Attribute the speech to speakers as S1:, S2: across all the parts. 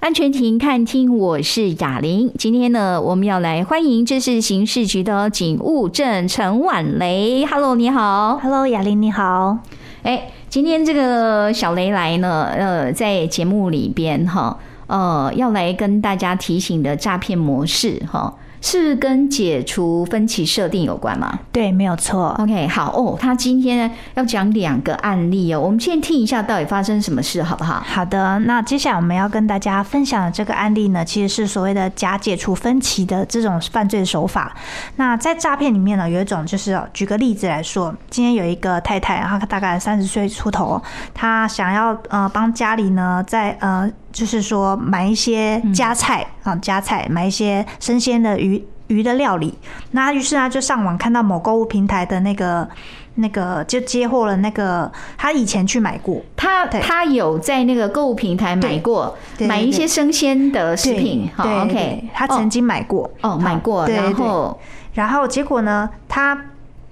S1: 安全庭看厅，我是雅玲。今天呢，我们要来欢迎这是刑事局的警务证陈婉雷。Hello，你好。
S2: Hello，雅玲你好。
S1: 哎，今天这个小雷来呢，呃，在节目里边哈，呃，要来跟大家提醒的诈骗模式哈。是跟解除分歧设定有关吗？
S2: 对，没有错。
S1: OK，好哦。他今天要讲两个案例哦，我们先听一下到底发生什么事，好不好？
S2: 好的，那接下来我们要跟大家分享的这个案例呢，其实是所谓的假解除分歧的这种犯罪手法。那在诈骗里面呢，有一种就是举个例子来说，今天有一个太太，然后大概三十岁出头，她想要呃帮家里呢在呃。就是说买一些家菜啊，家菜买一些生鲜的鱼鱼的料理。那于是他就上网看到某购物平台的那个那个，就接获了那个他以前去买过，
S1: 他
S2: 对
S1: 他有在那个购物平台买过，
S2: 对对对
S1: 买一些生鲜的食品。好
S2: 对
S1: ，OK，
S2: 对他曾经买过，
S1: 哦哦买过，
S2: 对对
S1: 然后
S2: 然后结果呢，他。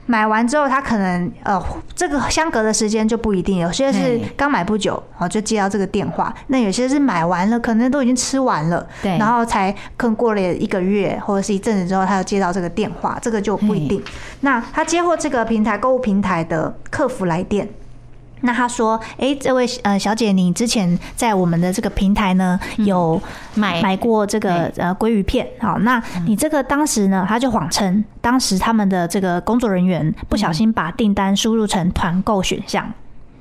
S2: 买完之后，他可能呃，这个相隔的时间就不一定，有些是
S1: 对
S2: 刚买不久，哦就接到这个电话；那有些是买完了，可能都已经吃完了，
S1: 对，
S2: 然后才可能过了一个月或者是一阵子之后，他又接到这个电话，这个就不一定。那他接获这个平台购物平台的客服来电。那他说：“哎、这位呃小姐，你之前在我们的这个平台呢，
S1: 嗯
S2: 有
S1: 买
S2: 买过这个
S1: 哎
S2: 呃鲑鱼片，好，那你这个当时呢，他就谎称当时他们的这个工作人员不小心把订单输入成团购选项，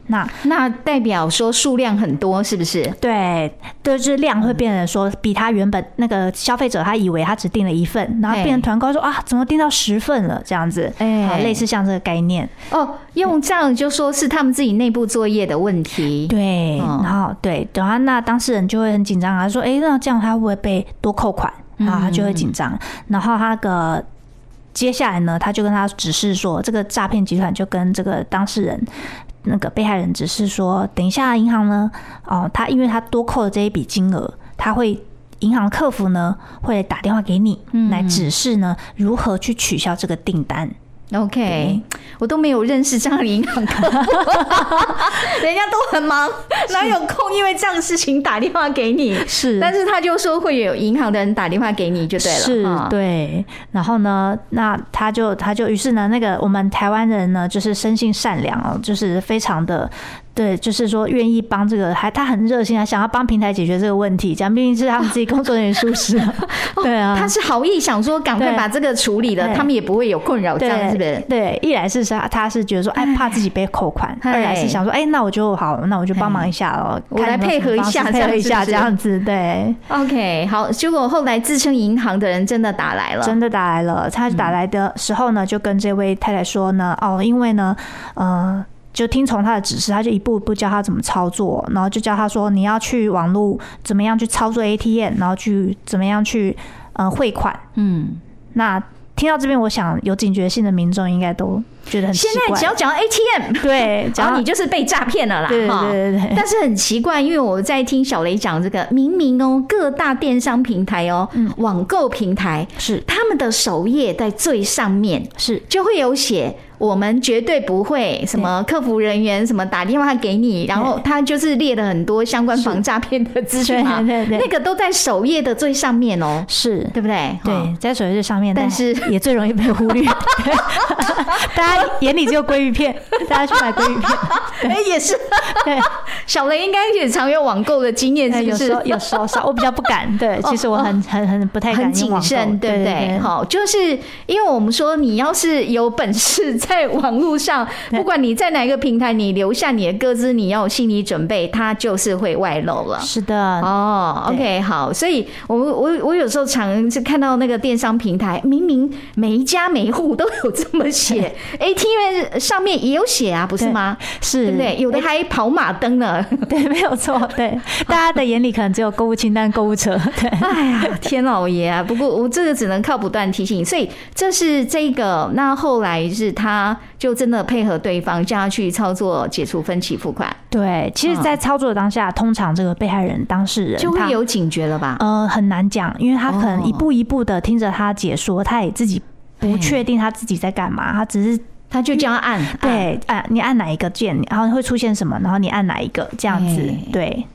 S2: 那
S1: 那代表说数量很多，是不是？
S2: 对，就是量会变成说比他原本那个消费者他以为他只订了一份，然后变成团购说啊，怎么订到十份了这样子，
S1: 哎
S2: 好类似像这个概念，
S1: 哦，用这样就说是他们自己内部作业的问题。
S2: 对，
S1: 嗯
S2: 然后对，然后那当事人就会很紧张啊，说哎，那这样他会不会被多扣款？然后他就会紧张，然后他个。接下来呢，他就跟他指示说，这个诈骗集团就跟这个当事人、那个被害人指示说，等一下银行呢，哦，他因为他多扣了这一笔金额，他会银行客服呢会打电话给你，来指示呢如何去取消这个订单。
S1: OK，我都没有认识这样的银行 客户，人家都很忙，哪有空因为这样的事情打电话给你？
S2: 是
S1: 但是他就说会有银行的人打电话给你就对了，
S2: 是
S1: 哈，
S2: 对。然后呢，那他就他就于是呢，那个我们台湾人呢，就是生性善良哦，就是非常的。对，就是说愿意帮这个，还他很热心啊，想要帮平台解决这个问题，讲毕竟是他们自己工作人员 疏失啊，对啊，
S1: 他是好意想说赶快
S2: 对
S1: 把这个处理了，
S2: 对
S1: 他们也不会有困扰，这
S2: 对
S1: 样是不是？
S2: 对，一来是他他是觉得说，哎，怕自己被扣款；
S1: 哎
S2: 二来是想说，哎，那我就好，那我就帮忙一下哦，
S1: 我来
S2: 看有没
S1: 配
S2: 有
S1: 合
S2: 什么
S1: 一下
S2: 方
S1: 这
S2: 式配
S1: 样
S2: 合一下
S1: 是不
S2: 这
S1: 是
S2: 样子，对。
S1: OK，好，结果后来自称银行的人真的打来了，
S2: 真的打来了。他打来的时候呢，就跟这位太太说呢，哦，因为呢，呃。就听从他的指示，他就一步一步教他怎么操作，然后就教他说你要去网络怎么样去操作 ATM，然后去怎么样去呃汇款。
S1: 嗯，
S2: 那听到这边，我想有警觉性的民众应该都觉得很奇
S1: 现在
S2: 怪。
S1: 只要讲到 ATM，
S2: 对，只
S1: 然
S2: 要
S1: 后你就是被诈骗了啦，
S2: 对
S1: 哈
S2: 对对对
S1: 但是很奇怪，因为我在听小雷讲这个，明明哦，各大电商平台哦，网购平台
S2: 嗯是
S1: 他们的首页在最上面
S2: 是
S1: 就会有写，我们绝对不会什么客服人员什么打电话给你，然后他就是列了很多相关防诈骗的资讯嘛，
S2: 对对对
S1: 那个都在首页的最上面哦，
S2: 是，
S1: 对不对？
S2: 对
S1: 哦，
S2: 在手机上面，
S1: 但是
S2: 也最容易被忽略。 大家眼里只有鲑鱼片，大家去买鲑鱼片。
S1: 哎，也是，
S2: 对，
S1: 小雷应该也常有网购的经验，
S2: 哎
S1: 是不
S2: 有
S1: 是
S2: 时？候有时候少，我比较不敢。对，其实我很很哦很不太敢
S1: 很
S2: 用
S1: 谨
S2: 网购
S1: 慎，对不
S2: 对
S1: 对？好，就是因为我们说，你要是有本事在网络上，
S2: 对
S1: 不管你在哪一个平台，你留下你的歌资，你要有心理准备，它就是会外露了。
S2: 是的，
S1: 哦，OK，好，所以我我我有时候常是看到那个电商平台，明明每一家每一户都有这么写，ATM 上面也有写啊，不是吗？
S2: 是，
S1: 对不对？有的还跑马灯呢。
S2: 对， 没有错，对，大家的眼里可能只有购物清单、购物车， 对，
S1: 哎呀，天老爷啊！不过我这个只能靠不断提醒，所以这是这个。那后来是他就真的配合对方，叫他去操作解除分期付款，
S2: 对。其实，
S1: 嗯
S2: 在操作当下，通常这个被害人当事 人
S1: 就
S2: 他
S1: 会有警觉了吧？
S2: 呃，很难讲，因为他可能
S1: 哦
S2: 一步一步的听着他解说，他也自己不
S1: 对
S2: 确定他自己在干嘛，他只是
S1: 他就叫他按，啊按
S2: 嗯对，按、你按哪一个键，然后会出现什么，然后你按哪一个这样子
S1: 哎，
S2: 对，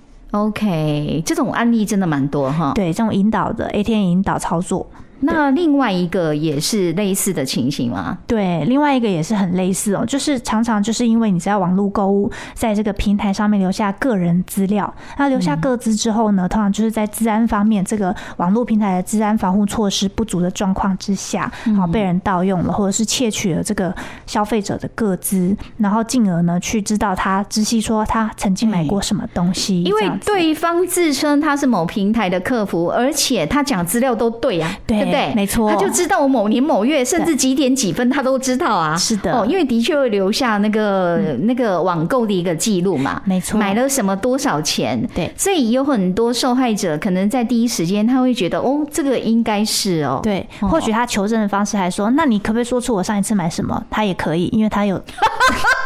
S1: OK，这种案例真的蛮多哈。
S2: 对，这种引导的 ATM 引导操作。
S1: 那另外一个也是类似的情形吗？
S2: 对，另外一个也是很类似哦，就是常常就是因为你在网络购物，在这个平台上面留下个人资料，那留下个资之后
S1: 嗯
S2: 呢，通常就是在治安方面，这个网络平台的治安防护措施不足的状况之下，
S1: 嗯
S2: 好被人盗用了，或者是窃取了这个消费者的个资，然后进而呢去知道他知悉说他曾经买过什么东西，
S1: 嗯因
S2: 这
S1: 为
S2: 样子
S1: 对方自称他是某平台的客服，而且他讲资料都对呀、啊，
S2: 对
S1: 不对？
S2: 没错
S1: 他就知道我某年某月，甚至几点几分，他都知道啊。
S2: 是的嗯
S1: 哦，因为的确会留下那个、那个网购的一个记录嘛，
S2: 没错
S1: 买了什么多少钱，
S2: 对
S1: 所以有很多受害者可能在第一时间他会觉得，哦，这个应该是哦，
S2: 对，
S1: 哦
S2: 或许他求证的方式还说，那你可不可以说出我上一次买什么？他也可以，因为他有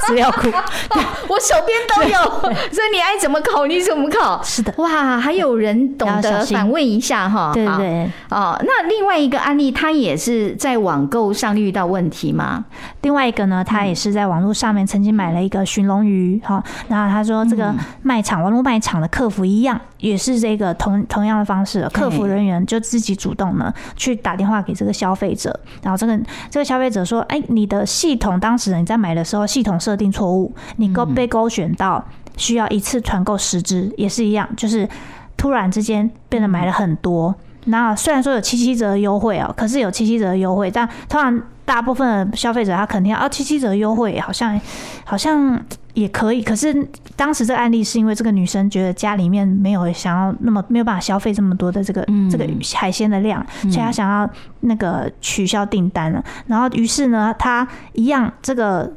S2: 资料库。
S1: 哦，我手边都 有，所以你爱怎么考你怎么考。
S2: 是的，
S1: 哇，还有人懂
S2: 要小
S1: 得
S2: 心
S1: 反问一下哈，
S2: 对对
S1: 好
S2: 对。
S1: 哦，那另外一个案例，他也是在网购上遇到问题吗？
S2: 另外一个呢，他也是在网络上面曾经买了一个寻龙鱼，哈、然后他说这个卖场、网络卖场的客服一样，也是这个同同样的方式，客服人员就自己主动呢去打电话给这个消费者，然后这个这个消费者说，哎，你的系统当时你在买的时候系统设定错误，你勾被勾选到需要一次团购十只，也是一样，就是突然之间变得买了很多。那虽然说有七七折优惠哦，可是有七七折优惠，但通常大部分的消费者他肯定要啊七七折优惠，好像好像也可以。可是当时这个案例是因为这个女生觉得家里面没有想要那么没有办法消费这么多的这个、
S1: 嗯
S2: 这个海鲜的量，所以她想要那个取消订单了。然后于是呢，她一样这个。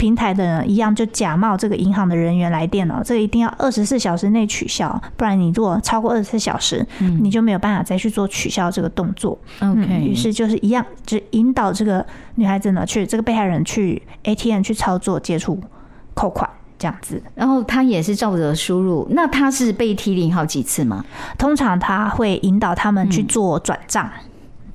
S2: 平台的人一样，就假冒这个银行的人员来电哦了，这个一定要二十四小时内取消，不然你如果超过二十四小时，
S1: 嗯
S2: 你就没有办法再去做取消这个动作。嗯，于
S1: ，OK，
S2: 是就是一样，就引导这个女孩子呢去这个被害人去 ATM 去操作接触扣款这样子。
S1: 然后他也是照着输入，那他是被提领好几次吗？
S2: 通常他会引导他们
S1: 嗯
S2: 去做转账。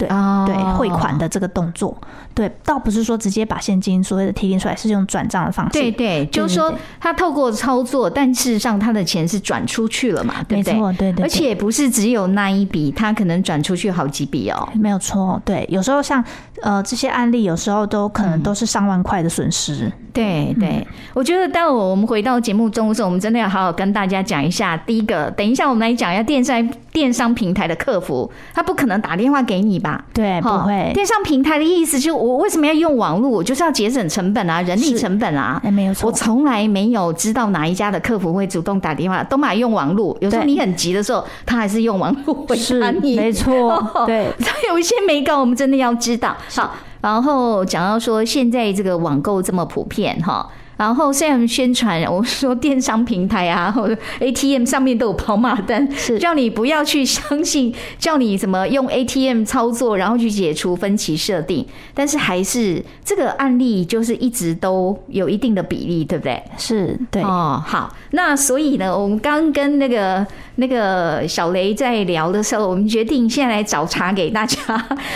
S1: 啊
S2: 对汇款，的这个动作，对，倒不是说直接把现金所谓的提领出来，是用转账的方式。
S1: 对对，就是说
S2: 对
S1: 他透过操作，但事实上他的钱是转出去了嘛，对
S2: 没
S1: 不对？
S2: 错，对对对，
S1: 而且不是只有那一笔，他可能转出去好几笔哦。
S2: 没有错，对，有时候像呃这些案例，有时候都
S1: 嗯
S2: 可能都是上万块的损失。
S1: 对对，我觉得待会我们回到节目中的时候，我们真的要好好跟大家讲一下。第一个，等一下我们来讲一下电商电商平台的客服，他不可能打电话给你吧？
S2: 对，不
S1: 哈
S2: 会，
S1: 电商平台的意思就是，我为什么要用网络？我就是要节省成本啊，人力成本啊。
S2: 哎，没有
S1: 我
S2: 错，
S1: 从来没有知道哪一家的客服会主动打电话，都买用网络。有时候
S2: 对
S1: 你很急的时候，他还是用网络回
S2: 是
S1: 答你。
S2: 没错，对，
S1: 它有一些美感，我们真的要知道。好，然后讲到说现在这个网购这么普遍哈。然后虽然宣传，我说电商平台啊，或者 ATM 上面都有跑马灯，
S2: 是
S1: 叫你不要去相信，叫你怎么用 ATM 操作，然后去解除分歧设定。但是还是这个案例就是一直都有一定的比例，对不对？
S2: 是，对，
S1: 哦，好，那所以呢，我们刚跟那个那个小雷在聊的时候，我们决定现在来找茬给大 家。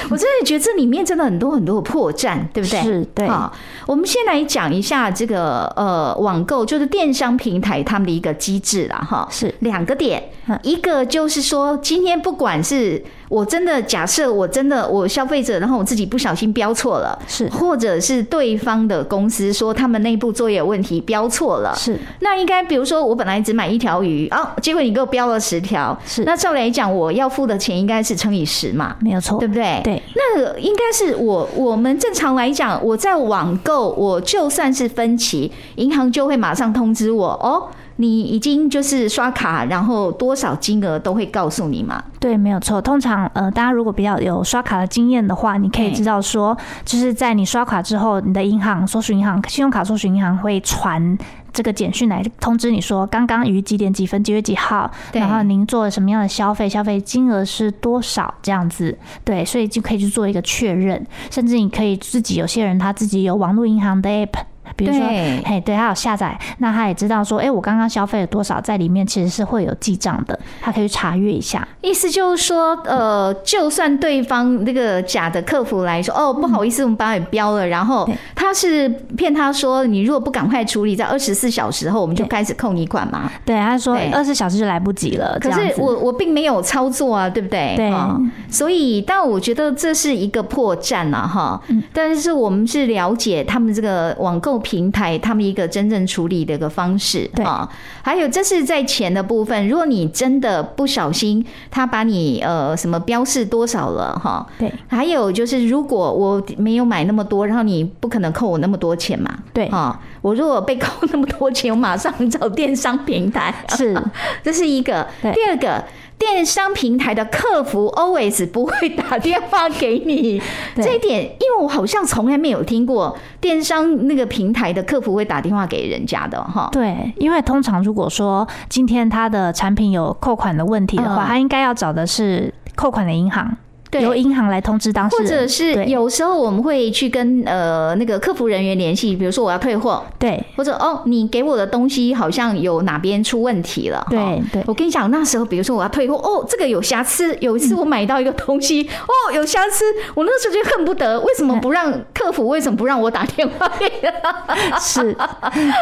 S1: 我真的觉得这里面真的很多很多的破绽，对不对？哦
S2: 是，对，
S1: 好，我们先来讲一下这个呃网购，就是电商平台他们的一个机制啦，哈。
S2: 是
S1: 两个点
S2: 嗯，
S1: 一个就是说，今天不管是我真的假设我真的我消费者，然后我自己不小心标错了，
S2: 是
S1: 或者是对方的公司说他们内部作业有问题，标错了，
S2: 是
S1: 那应该比如说我本来只买一条鱼哦，结果你给我标了十条，
S2: 是，
S1: 那照理来讲我要付的钱应该是乘以十嘛，
S2: 没有错
S1: 对，不对？
S2: 哦对，
S1: 那应该是我我们正常来讲，我在网购，我就算是分期，银行就会马上通知我哦，你已经就是刷卡，然后多少金额都会告诉你嘛。
S2: 对，没有错。通常，呃，大家如果比较有刷卡的经验的话，你可以
S1: 对
S2: 知道说，就是在你刷卡之后，你的银行、搜寻银行、信用卡搜寻银行会传这个简讯来通知你说，刚刚于几点几分几月几号，
S1: 对
S2: 然后您做了什么样的消费，消费金额是多少这样子。对，所以就可以去做一个确认，甚至你可以自己有些人他自己有网络银行的 app。比如说，
S1: 对
S2: 嘿，对，他有下载，那他也知道说，哎、我刚刚消费了多少，在里面其实是会有记账的，他可以去查阅一下。
S1: 意思就是说，呃，就算对方那个假的客服来说，哦，不好意思，我们把你标了，然后
S2: 对
S1: 他是骗他说，你如果不赶快处理，在二十四小时后我们就开始扣你款嘛。
S2: 对，他说
S1: 对
S2: 二十小时就来不及了，
S1: 可
S2: 这样
S1: 是
S2: 子
S1: 我我并没有操作啊，对不对？
S2: 对
S1: 哦所以但我觉得这是一个破绽啊，哈。
S2: 嗯
S1: 但是我们是了解他们这个网购平台他们一个真正处理的一个方式
S2: 对
S1: 啊。还有这是在钱的部分，如果你真的不小心，他把你呃什么标示多少了哈。
S2: 对
S1: 还有就是，如果我没有买那么多，然后你不可能扣我那么多钱嘛。
S2: 对
S1: 啊、我如果被扣那么多钱，我马上找电商平台。
S2: 是
S1: 这是一个。
S2: 对
S1: 第二个，电商平台的客服 always 不会打电话给你，
S2: 对
S1: 这一点，因为我好像从来没有听过电商那个平台的客服会打电话给人家的哈。
S2: 对，因为通常如果说今天他的产品有扣款的问题的话，
S1: 嗯
S2: 他应该要找的是扣款的银行，由银行来通知当事
S1: 或
S2: 人，
S1: 者是
S2: 对
S1: 有时候我们会去跟呃那个客服人员联系，比如说我要退货，
S2: 对
S1: 或者哦你给我的东西好像有哪边出问题了，哈
S2: 对对
S1: 我跟你讲，那时候比如说我要退货，哦，这个有瑕疵。有一次我买到一个东西，哦，有瑕疵，我那时候就恨不得，为什么不让客服？为什么不让我打电话给他？
S2: 是，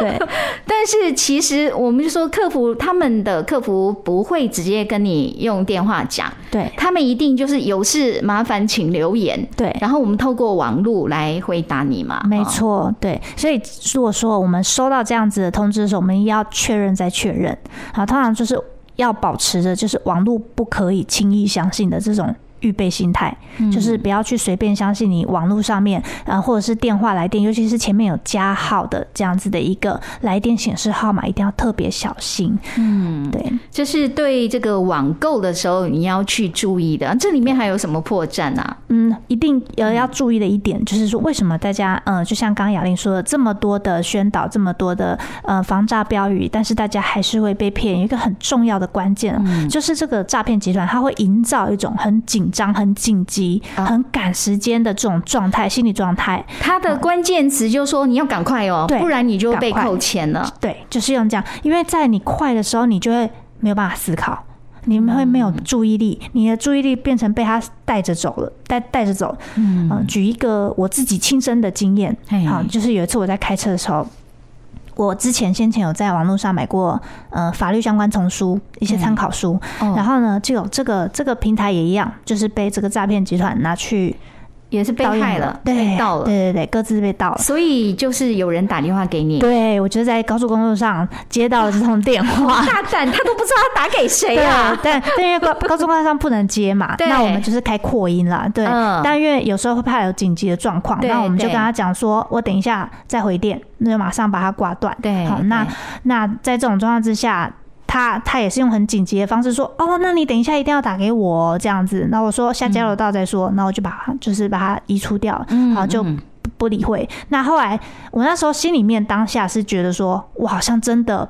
S2: 对
S1: 但是其实我们就说，客服他们的客服不会直接跟你用电话讲，
S2: 对
S1: 他们一定就是有事麻烦请留言，
S2: 对，
S1: 然后我们透过网络来回答你嘛。
S2: 没
S1: 哦。
S2: 错，对。所以如果说我们收到这样子的通知的时候，我们要确认再确认。好，通常就是要保持着就是网络不可以轻易相信的这种。预备心态，就是不要去随便相信你网络上面，呃，或者是电话来电，尤其是前面有加号的这样子的一个来电显示号码，一定要特别小心。嗯，对。
S1: 就是对这个网购的时候，你要去注意的。这里面还有什么破绽啊？
S2: 嗯，一定呃要注意的一点就是说，为什么大家呃，就像刚刚雅玲说的，这么多的宣导，这么多的呃防诈标语，但是大家还是会被骗。有一个很重要的关键哦、就是这个诈骗集团，它会营造一种很紧张、很紧急、
S1: 啊
S2: 很赶时间的这种状态，心理状态。
S1: 它的关键词就说你要赶快哦，
S2: 对
S1: 不然你就被
S2: 赶快
S1: 扣钱了。
S2: 对，就是用这样，因为在你快的时候，你就会没有办法思考，你们会没有注意力，你的注意力变成被他带着走了，带带着走。嗯、举一个我自己亲身的经验
S1: 嘿，
S2: 好，啊就是有一次我在开车的时候。我之前先前有在网络上买过，呃，法律相关丛书、一些参考书，
S1: 哦
S2: 然后呢，就有这个这个平台也一样，就是被这个诈骗集团拿去
S1: 也是被
S2: 盗用
S1: 害了，
S2: 对，
S1: 被盗了。
S2: 对对对，各自被盗了。
S1: 所以就是有人打电话给 你，
S2: 对，我就在高速公路上接到了这通电 话，
S1: 大胆，他都不知道他打给谁
S2: 对
S1: 啊。
S2: 但但因为高高中高上不能接嘛，
S1: 对
S2: 那我们就是开扩音啦。对，
S1: 嗯
S2: 但因为有时候会怕有紧急的状况，
S1: 对
S2: 那我们就
S1: 对
S2: 跟他讲说，我等一下再回电，那就马上把它挂断。
S1: 对
S2: 好，那那在这种状况之下。他他也是用很紧急的方式说，哦，那你等一下一定要打给我哦这样子。那我说下交流道再说，那、我就把它就是把它移除掉，
S1: 嗯
S2: 好就
S1: 嗯
S2: 不不理会。那后来我那时候心里面当下是觉得说，我好像真的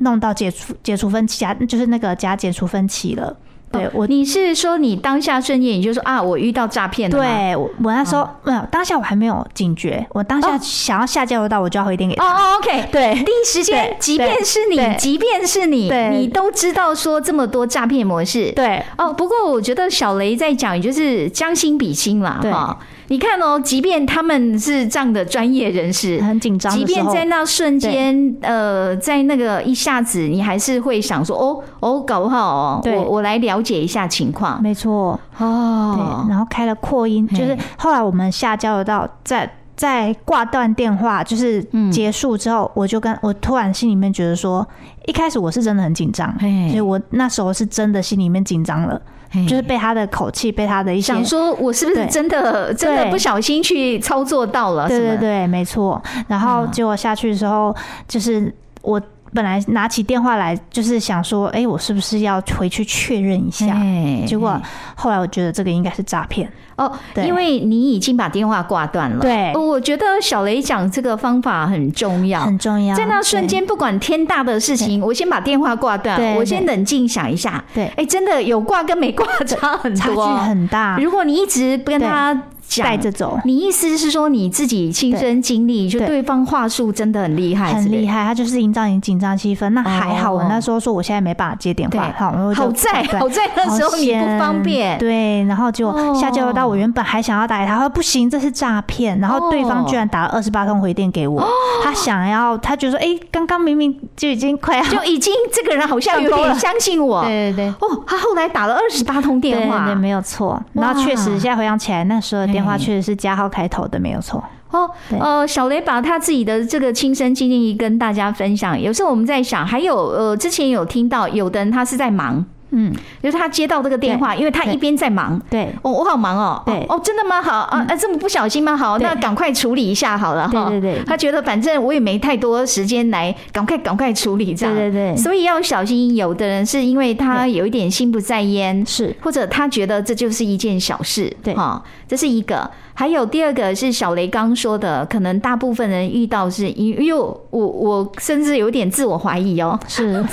S2: 弄到解除解除分期啊，就是那个假解除分期了。对
S1: 哦
S2: 我，
S1: 你是说你当下瞬间你就说啊，我遇到诈骗了吗。
S2: 对我我那时候没有，当下我还没有警觉，我当下
S1: 嗯哦
S2: 想要下交流道，我就要回电给
S1: 哦
S2: 他。
S1: 哦，OK。
S2: 对
S1: 第一时间
S2: 对，
S1: 即便是你
S2: 对，
S1: 即便是你，
S2: 对
S1: 你都知道说这么多诈骗模式，
S2: 对
S1: 哦，不过我觉得小雷在讲，也就是将心比心啦，
S2: 对
S1: 哈。你看哦，即便他们是这样的专业人士，
S2: 很紧张
S1: 即
S2: 嗯的时
S1: 便
S2: 候，
S1: 在那瞬间，呃，在那个一下子，你还是会想说，哦哦，搞不好哦，
S2: 对
S1: 我我来了解一下情况
S2: 没错，
S1: 哦
S2: 对，。然后开了扩音，
S1: 嘿
S2: 就是后来我们下交流道在在挂断电话，就是
S1: 嗯
S2: 结束之后，我就跟我突然心里面觉得说，一开始我是真的很紧张，
S1: 嘿
S2: 所以我那时候是真的心里面紧张了，
S1: 嘿
S2: 就是被他的口气，被他的一些
S1: 想说，我是不是
S2: 对
S1: 真的真的不小心去操作到了？
S2: 对
S1: 什么
S2: 对对，没错。然后
S1: 嗯
S2: 结果下去的时候，就是我本来拿起电话来，就是想说，哎、我是不是要回去确认一下？
S1: 嘿
S2: 结果
S1: 嘿
S2: 后来我觉得这个应该是诈骗，
S1: 哦，
S2: 对
S1: 因为你已经把电话挂断了。
S2: 对
S1: 哦我觉得小雷讲这个方法很重要，
S2: 很重要。
S1: 在那瞬间，不管天大的事情，我先把电话挂
S2: 对
S1: 断，
S2: 对
S1: 我先冷静想一下。
S2: 对
S1: 哎，真的有挂跟没挂 差很
S2: 对差
S1: 多，
S2: 距很大，
S1: 如果你一直不跟
S2: 对
S1: 他讲，
S2: 带着走。
S1: 你意思是说你自己亲身经历，就
S2: 对
S1: 对方话术真的很厉害，
S2: 很厉。害，他就是营造你紧张气氛。那还好，
S1: 哦
S2: 我那时候说我现在没办法接电话，
S1: 对
S2: 好，我就
S1: 好在
S2: 对
S1: 好在那时候你不方便，
S2: 对，然后就
S1: 哦
S2: 下交流到我原本还想要打给他，他说不行，这是诈骗，然后对
S1: 哦
S2: 方居然打了二十八通回电给我，他想要，他觉得说，哎、刚刚明明就已经快要，
S1: 就已经这个人好像有
S2: 上钩
S1: 点
S2: 了
S1: 相信我。
S2: 对对对。
S1: 哦，他后来打了二十八通
S2: 对
S1: 电话
S2: 对，。没有错。然后确实，现在回想起来，那时候的电话确实是加号开头的，没有错。
S1: 哦，
S2: 对
S1: 呃，小雷把他自己的这个亲身经历跟大家分享。有时候我们在想，还有呃，之前有听到有的人他是在忙，
S2: 嗯，
S1: 就是他接到这个电话，因为他
S2: 对
S1: 一边在忙。
S2: 对，
S1: 哦，我好忙哦。
S2: 对嗯
S1: 哦，真的吗？好啊啊，这么不小心吗？好，
S2: 对
S1: 那赶快处理一下好了哈。
S2: 对对对
S1: 他觉得反正我也没太多时间来，赶快赶快处理这样。
S2: 对对对
S1: 所以要小心，有的人是因为他有一点心不在焉，
S2: 是
S1: 或者他觉得这就是一件小事，
S2: 对
S1: 哈、这是一个。还有第二个是小雷刚说的，可能大部分人遇到是因，因为我我我甚至有点自我怀疑哦。
S2: 是，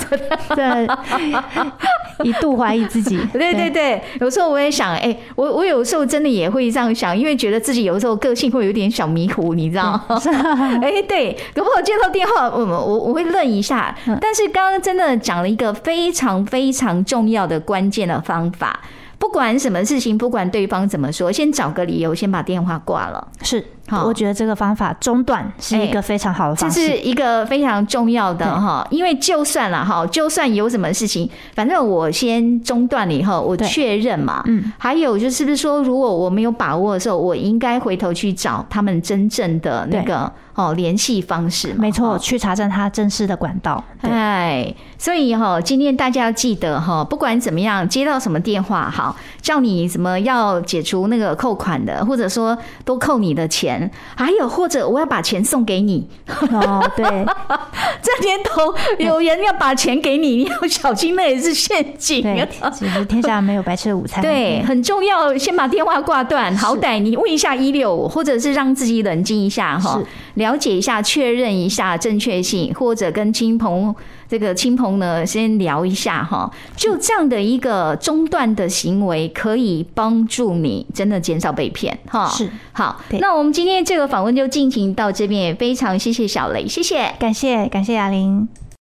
S2: 对，一度怀疑自己。
S1: 对对对，有时候我也想，哎、我我有时候真的也会这样想，因为觉得自己有时候个性会有点小迷糊，你知道吗？ 哎、对，可不我接到电话，我我我会愣一下。但是刚刚真的讲了一个非常非常重要的关键的方法，不管什么事情，不管对方怎么说，先找个理由，先把电话挂了。
S2: 是，
S1: 好哎
S2: 我觉得这个方法中断是一个非常好的
S1: 这
S2: 方式。
S1: 是一个非常重要的
S2: 对
S1: 哈，因为就算了哈，就算有什么事情，反正我先中断了以后，我
S2: 对
S1: 确认嘛。
S2: 嗯，
S1: 还有就是，不是说如果我没有把握的时候，我应该回头去找他们真正的那个哦联系方式嘛。
S2: 没错，
S1: 哦。
S2: 去查证他正式的管 道。对，
S1: 哎，所以哈、今天大家要记得哈、不管怎么样，接到什么电话，好叫你什么要解除那个扣款的，或者说多扣你的钱，还有或者我要把钱送给你，
S2: 哦，对
S1: 这年头有人要把钱给你，你要小心，那也是陷 阱。
S2: 对，哎嗯其实天下没有白吃的午餐。
S1: 对，很重要，先把电话挂断，好歹你问一下一六五，或者是让自己冷静一下哈
S2: 是，
S1: 了解一下，确认一下正确性，或者跟亲朋这个亲朋呢先聊一下哈，就这样的一个中断的行为，可以帮助你真的减少被骗哈。
S2: 是，
S1: 好，
S2: 对
S1: 那我们今天这个访问就进行到这边，也非常谢谢小雷，谢谢。
S2: 感谢感谢雅玲。